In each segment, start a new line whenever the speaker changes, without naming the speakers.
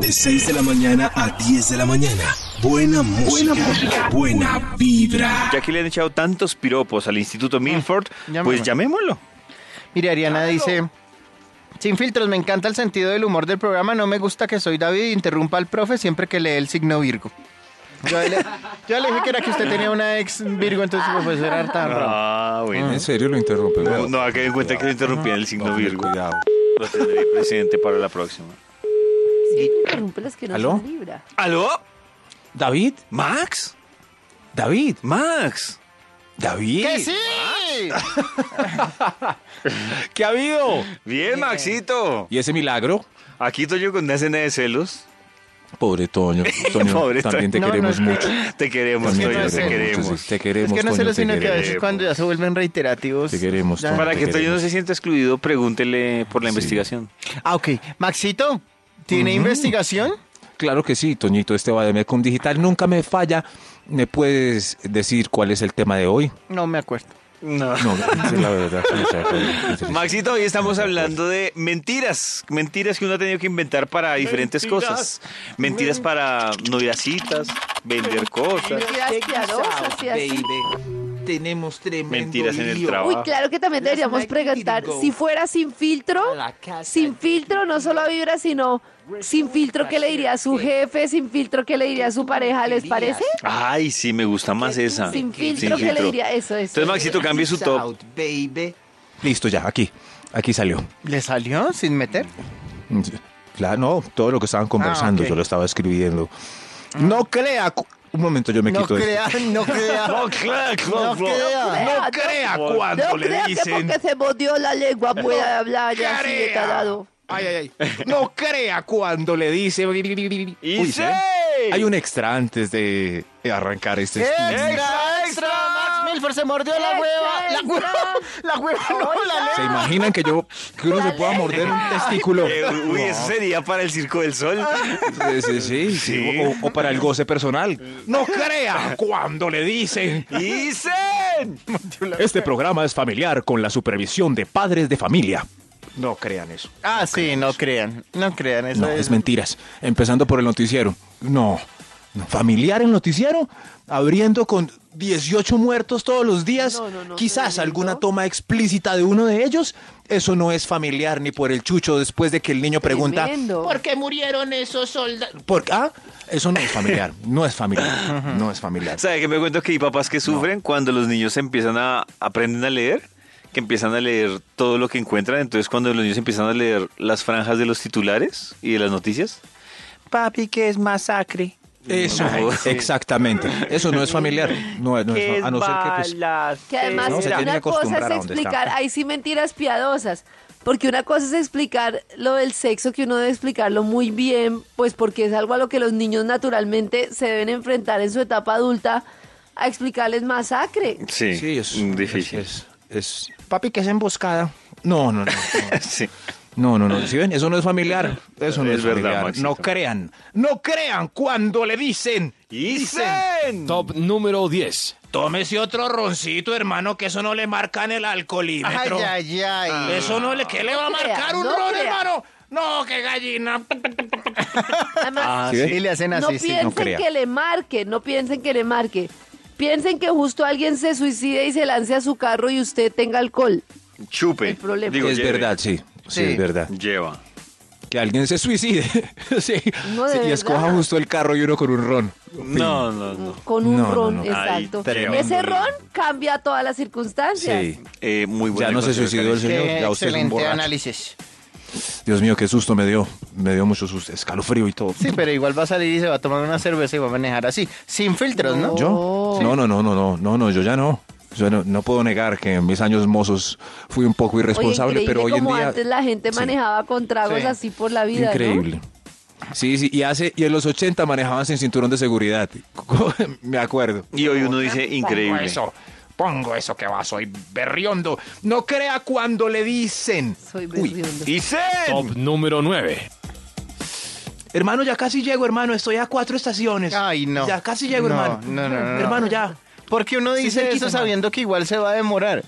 De 6 de la mañana a 10 de la mañana. Buena música. Buena, música, buena vibra.
Ya que le han echado tantos piropos al
Ah,
Instituto Milford,
llamémoslo.
pues llamémoslo.
Mire, Ariana dice, sin filtros, me encanta el sentido del humor del programa, no me gusta que soy David, interrumpa al profe siempre que lee el signo Virgo. Yo le, yo le dije que era que usted tenía una ex Virgo, entonces pues era harta broma.
Ah, bueno.
En serio lo interrumpe.
No, no, haga en cuenta que le interrumpían el signo
Hombre,
Virgo.
Cuidado.
Lo tendré presente para la próxima.
Sí, interrumpe las que no
¿Aló?
son libra.
¿Aló?
David,
¿Max?
David,
¿Max?
David.
¡Que sí!
¿Qué ha habido?
Bien, Maxito.
¿Y ese milagro?
Aquí estoy yo con una escena de celos.
Pobre Toño. Toño,
Pobre
también te
Toño. No, no,
queremos
es que-
mucho.
Te queremos,
Es que
Toño,
no
Toño,
es
te
celos,
queremos.
sí, Te
Es
queremos,
que no se
Toño,
lo
te
sino que a
queremos.
veces cuando ya se vuelven reiterativos.
Te queremos,
ya-
Toño.
Para
Te
que Toño no
queremos.
se sienta excluido, pregúntele por la
Sí.
investigación.
Ah, ok. Maxito, ¿tiene investigación?
Claro que sí, Toñito, este va de Medcom Digital nunca me falla. ¿Me puedes decir cuál es el tema de hoy?
No me acuerdo.
No.
No, esa es la verdad. no sé, no sé.
Maxito, hoy estamos hablando de mentiras, mentiras que uno ha tenido que inventar para diferentes cosas. Mentiras para no ir a citas, vender cosas.
Mentiras piadosas y así.
Tenemos tremendo
Mentiras en el
lío.
trabajo.
Uy, claro que también deberíamos preguntar si fuera sin filtro,
A la casa
sin filtro, no solo a vibra, sino sin filtro, ¿qué le diría a su jefe? Sin filtro, ¿qué le diría a su pareja? ¿Les parece?
Ay, sí, me gusta más esa.
Sin filtro, ¿qué le diría? Eso, eso.
Entonces, Maxito, cambie su top.
Out, baby.
Listo, ya, aquí. Aquí salió.
¿Le salió sin meter?
Claro, no, todo lo que estaban conversando,
Ah, ok.
yo lo estaba escribiendo. No crea. cu- Un momento, yo me
No
quito esto.
crea, no crea.
crea,
No crea.
No crea cuando
No
le
crea que
dicen.
porque se mordió la lengua pueda hablar ya así de
Crea.
tarado.
Ay, ay, ay. No crea cuando le dice. Uy,
Y
¿sí? Hay un extra antes de arrancar este estudio.
Extra, extra, Max Milford se mordió la hueva. La hueva, la hueva, no, la
¿Se
lengua.
imaginan que yo que uno se pueda morder un testículo?
Uy, eso sería para el Circo del Sol.
Ah.
Sí, sí, sí, sí.
Sí.
O, o para el goce personal. No crea cuando le dicen.
¡Dicen!
Este programa es familiar con la supervisión de padres de familia. No crean eso.
Ah, sí, no crean. No crean, eso
No, es mentiras. Empezando por el noticiero. No. no. Familiar el noticiero, abriendo con 18 muertos todos los días.
No, no, no,
Quizás
tremendo.
alguna toma explícita de uno de ellos. Eso no es familiar ni por el chucho después de que el niño pregunta.
Tremendo.
¿Por qué murieron esos soldados?
¿Por qué? Ah, eso no es familiar. No es familiar. No es familiar.
¿Sabe que me cuento que hay papás que sufren cuando los niños empiezan a aprenden a leer? Que empiezan a leer todo lo que encuentran. Entonces, cuando los niños empiezan a leer las franjas de los titulares y de las noticias, papi, ¿qué es masacre?
Eso,
Ay, sí.
exactamente. Eso no es familiar. No, no es, a no ser que pues,
Que además
No, se tiene
una
que
cosa
acostumbrar
es
a donde está.
explicar, ahí sí mentiras piadosas, porque una cosa es explicar lo del sexo, que uno debe explicarlo muy bien, pues porque es algo a lo que los niños naturalmente se deben enfrentar en su etapa adulta, a explicarles masacre.
Sí,
Sí, es
Mm, difícil.
Es, es- Papi, que es emboscada. No, no, no. no.
Sí.
No, no, no. ¿Sí ven? Eso no es familiar. Eso no es,
Es verdad,
familiar.
Maxito.
No crean. No crean cuando le dicen.
¡Dicen!
Top número 10.
Tómese otro roncito, hermano, que eso no le marcan el
Ay,
alcoholímetro.
ay, ay.
Eso no le... ¿Qué le va a
No crea,
marcar un
no
ron,
crea.
hermano? No, qué gallina.
Además,
Y le
Ah,
hacen
no
así, Ah, sí.
piensen
crea.
que le marque, no piensen que le marque. Piensen que justo alguien se suicide y se lance a su carro y usted tenga alcohol.
Chupe.
El problema.
Digo,
es
lleve.
verdad, sí. Sí,
Sí.
es verdad.
Lleva.
Que alguien se suicide. sí.
No, de
Sí, y
verdad.
escoja justo el carro y uno con un ron.
No, no, no.
Con un
No, no,
ron,
no.
Ay,
exacto.
tremendo.
Ese ron cambia todas las circunstancias.
Sí.
Eh, muy bueno.
Ya no se suicidó el señor.
Qué
Ya usted es un
excelente
borracho.
análisis.
Dios mío, qué susto me dio. Me dio mucho susto. Escalofrío y todo.
Sí, pero igual va a salir y se va a tomar una cerveza y va a manejar así, sin filtros, ¿no?
¿Yo?
Oh.
No, no, no, no, no, no, no, yo ya no. Yo no, no puedo negar que en mis años mozos fui un poco
Oye,
irresponsable,
increíble
pero hoy en
como
día...
antes la gente
Sí.
manejaba con tragos
Sí.
así por la vida. ¿no?
Increíble. Sí, sí, y, hace, y en los 80 manejaban sin cinturón de seguridad. Me acuerdo.
Y hoy uno dice, increíble.
pongo eso que va, soy berriondo. No crea cuando le dicen.
Soy
Uy.
berriondo.
¡Dicen!
Top número 9.
Hermano, ya casi llego, hermano, estoy a cuatro estaciones.
Ay, no.
Ya casi llego,
No,
hermano.
no, no, no, no.
Hermano, ya.
Porque uno
Sí,
dice
cerquita,
eso
hermano.
sabiendo que igual se va a demorar.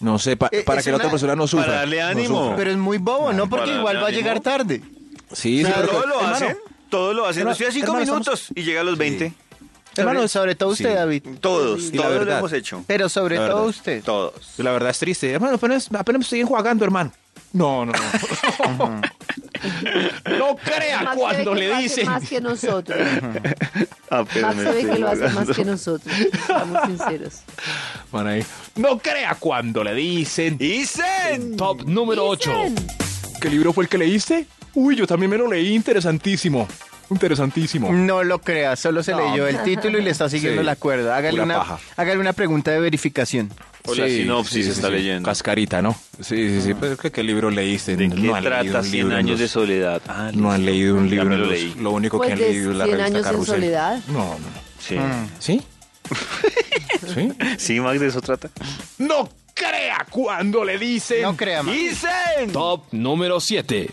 No sé, pa-
Eh,
para
es
que la otra
una-
persona no sufra.
darle
no
ánimo.
sufra.
Pero es muy bobo, ¿no?
para
Porque igual va a
darle
llegar
ánimo.
tarde.
Sí, sí,
Pero
pero-
luego lo
hermano,
hacen. Todo lo hacen.
Hermano,
Estoy a cinco
hermano,
minutos y llega a los 20.
Sobre,
Hermanos,
sobre todo usted,
sí.
David.
Todos,
Y la
todos lo
verdad.
hemos hecho.
Pero sobre
La
todo
verdad.
usted.
Todos.
La verdad es triste. Hermano, apenas, apenas me estoy enjuagando, hermano. No, no, no. no crea
Max se ve
cuando
que lo
le
hace
dicen.
Más que nosotros.
Ah, pero
Max
me
se ve
estoy
que lo hace
jugando.
más que nosotros. Seamos sinceros.
Van ahí. No crea cuando le dicen.
¡Isen!
Top número 8.
Dicen,
¿Qué libro fue el que leíste? Uy, yo también me lo leí. Interesantísimo. Interesantísimo.
No lo crea, solo se leyó el título y le está siguiendo
Sí.
la cuerda. Hágale
Pura
una,
paja.
hágale una pregunta de verificación.
O la sinopsis está leyendo.
Cascarita, ¿no? Sí, sí, sí. Pero ¿qué, qué libro leíste?
¿De
No
qué
han leído
trata
un
100
libro en
años
los-
de soledad? Ah,
No han
listo.
leído un
Ya
libro.
me
en
lo
los-
leí.
Lo único
Pues
que han
de
leído es la
100
revista
años en
Carrusel.
soledad.
No, no, no.
Sí.
¿Sí? ¿Sí?
Sí, Max, de eso trata.
No crea cuando le dicen.
No crea más.
Dicen.
Top número 7.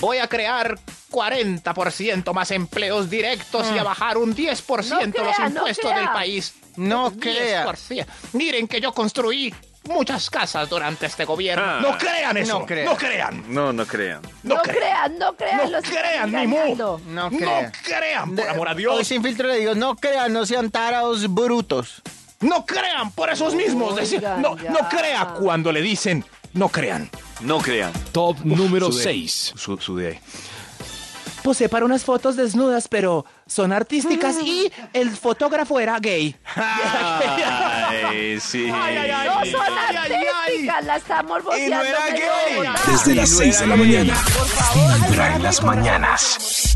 Voy a crear 40% más empleos directos y a bajar un 10%
No
los
crea, no
impuestos
crea.
del país.
No crea.
10%. Miren que yo construí muchas casas durante este gobierno.
Ah.
No crean eso.
No crean.
No crean.
No, no crean.
No, crean, no crean.
No
los están
crean, ni mu.
engañando.
No
No
crea.
crean, por
De-
amor a
Hoy
Dios.
sin filtro le digo, no crean, no sean tarados brutos.
No crean por esos mismos. deci-
Oigan,
no,
ya.
no crean.
Cuando le dicen, no crean.
No crean.
Top número
sudé.
6.
Su, su de ahí.
Posé para unas fotos desnudas, pero son artísticas
Mm.
y el fotógrafo era gay.
哎 Ay, sí.
No son artísticas, la estamos boceando.
era
pero
gay.
de verdad.
Desde las 6 de la mañana. Vibra en las mañanas.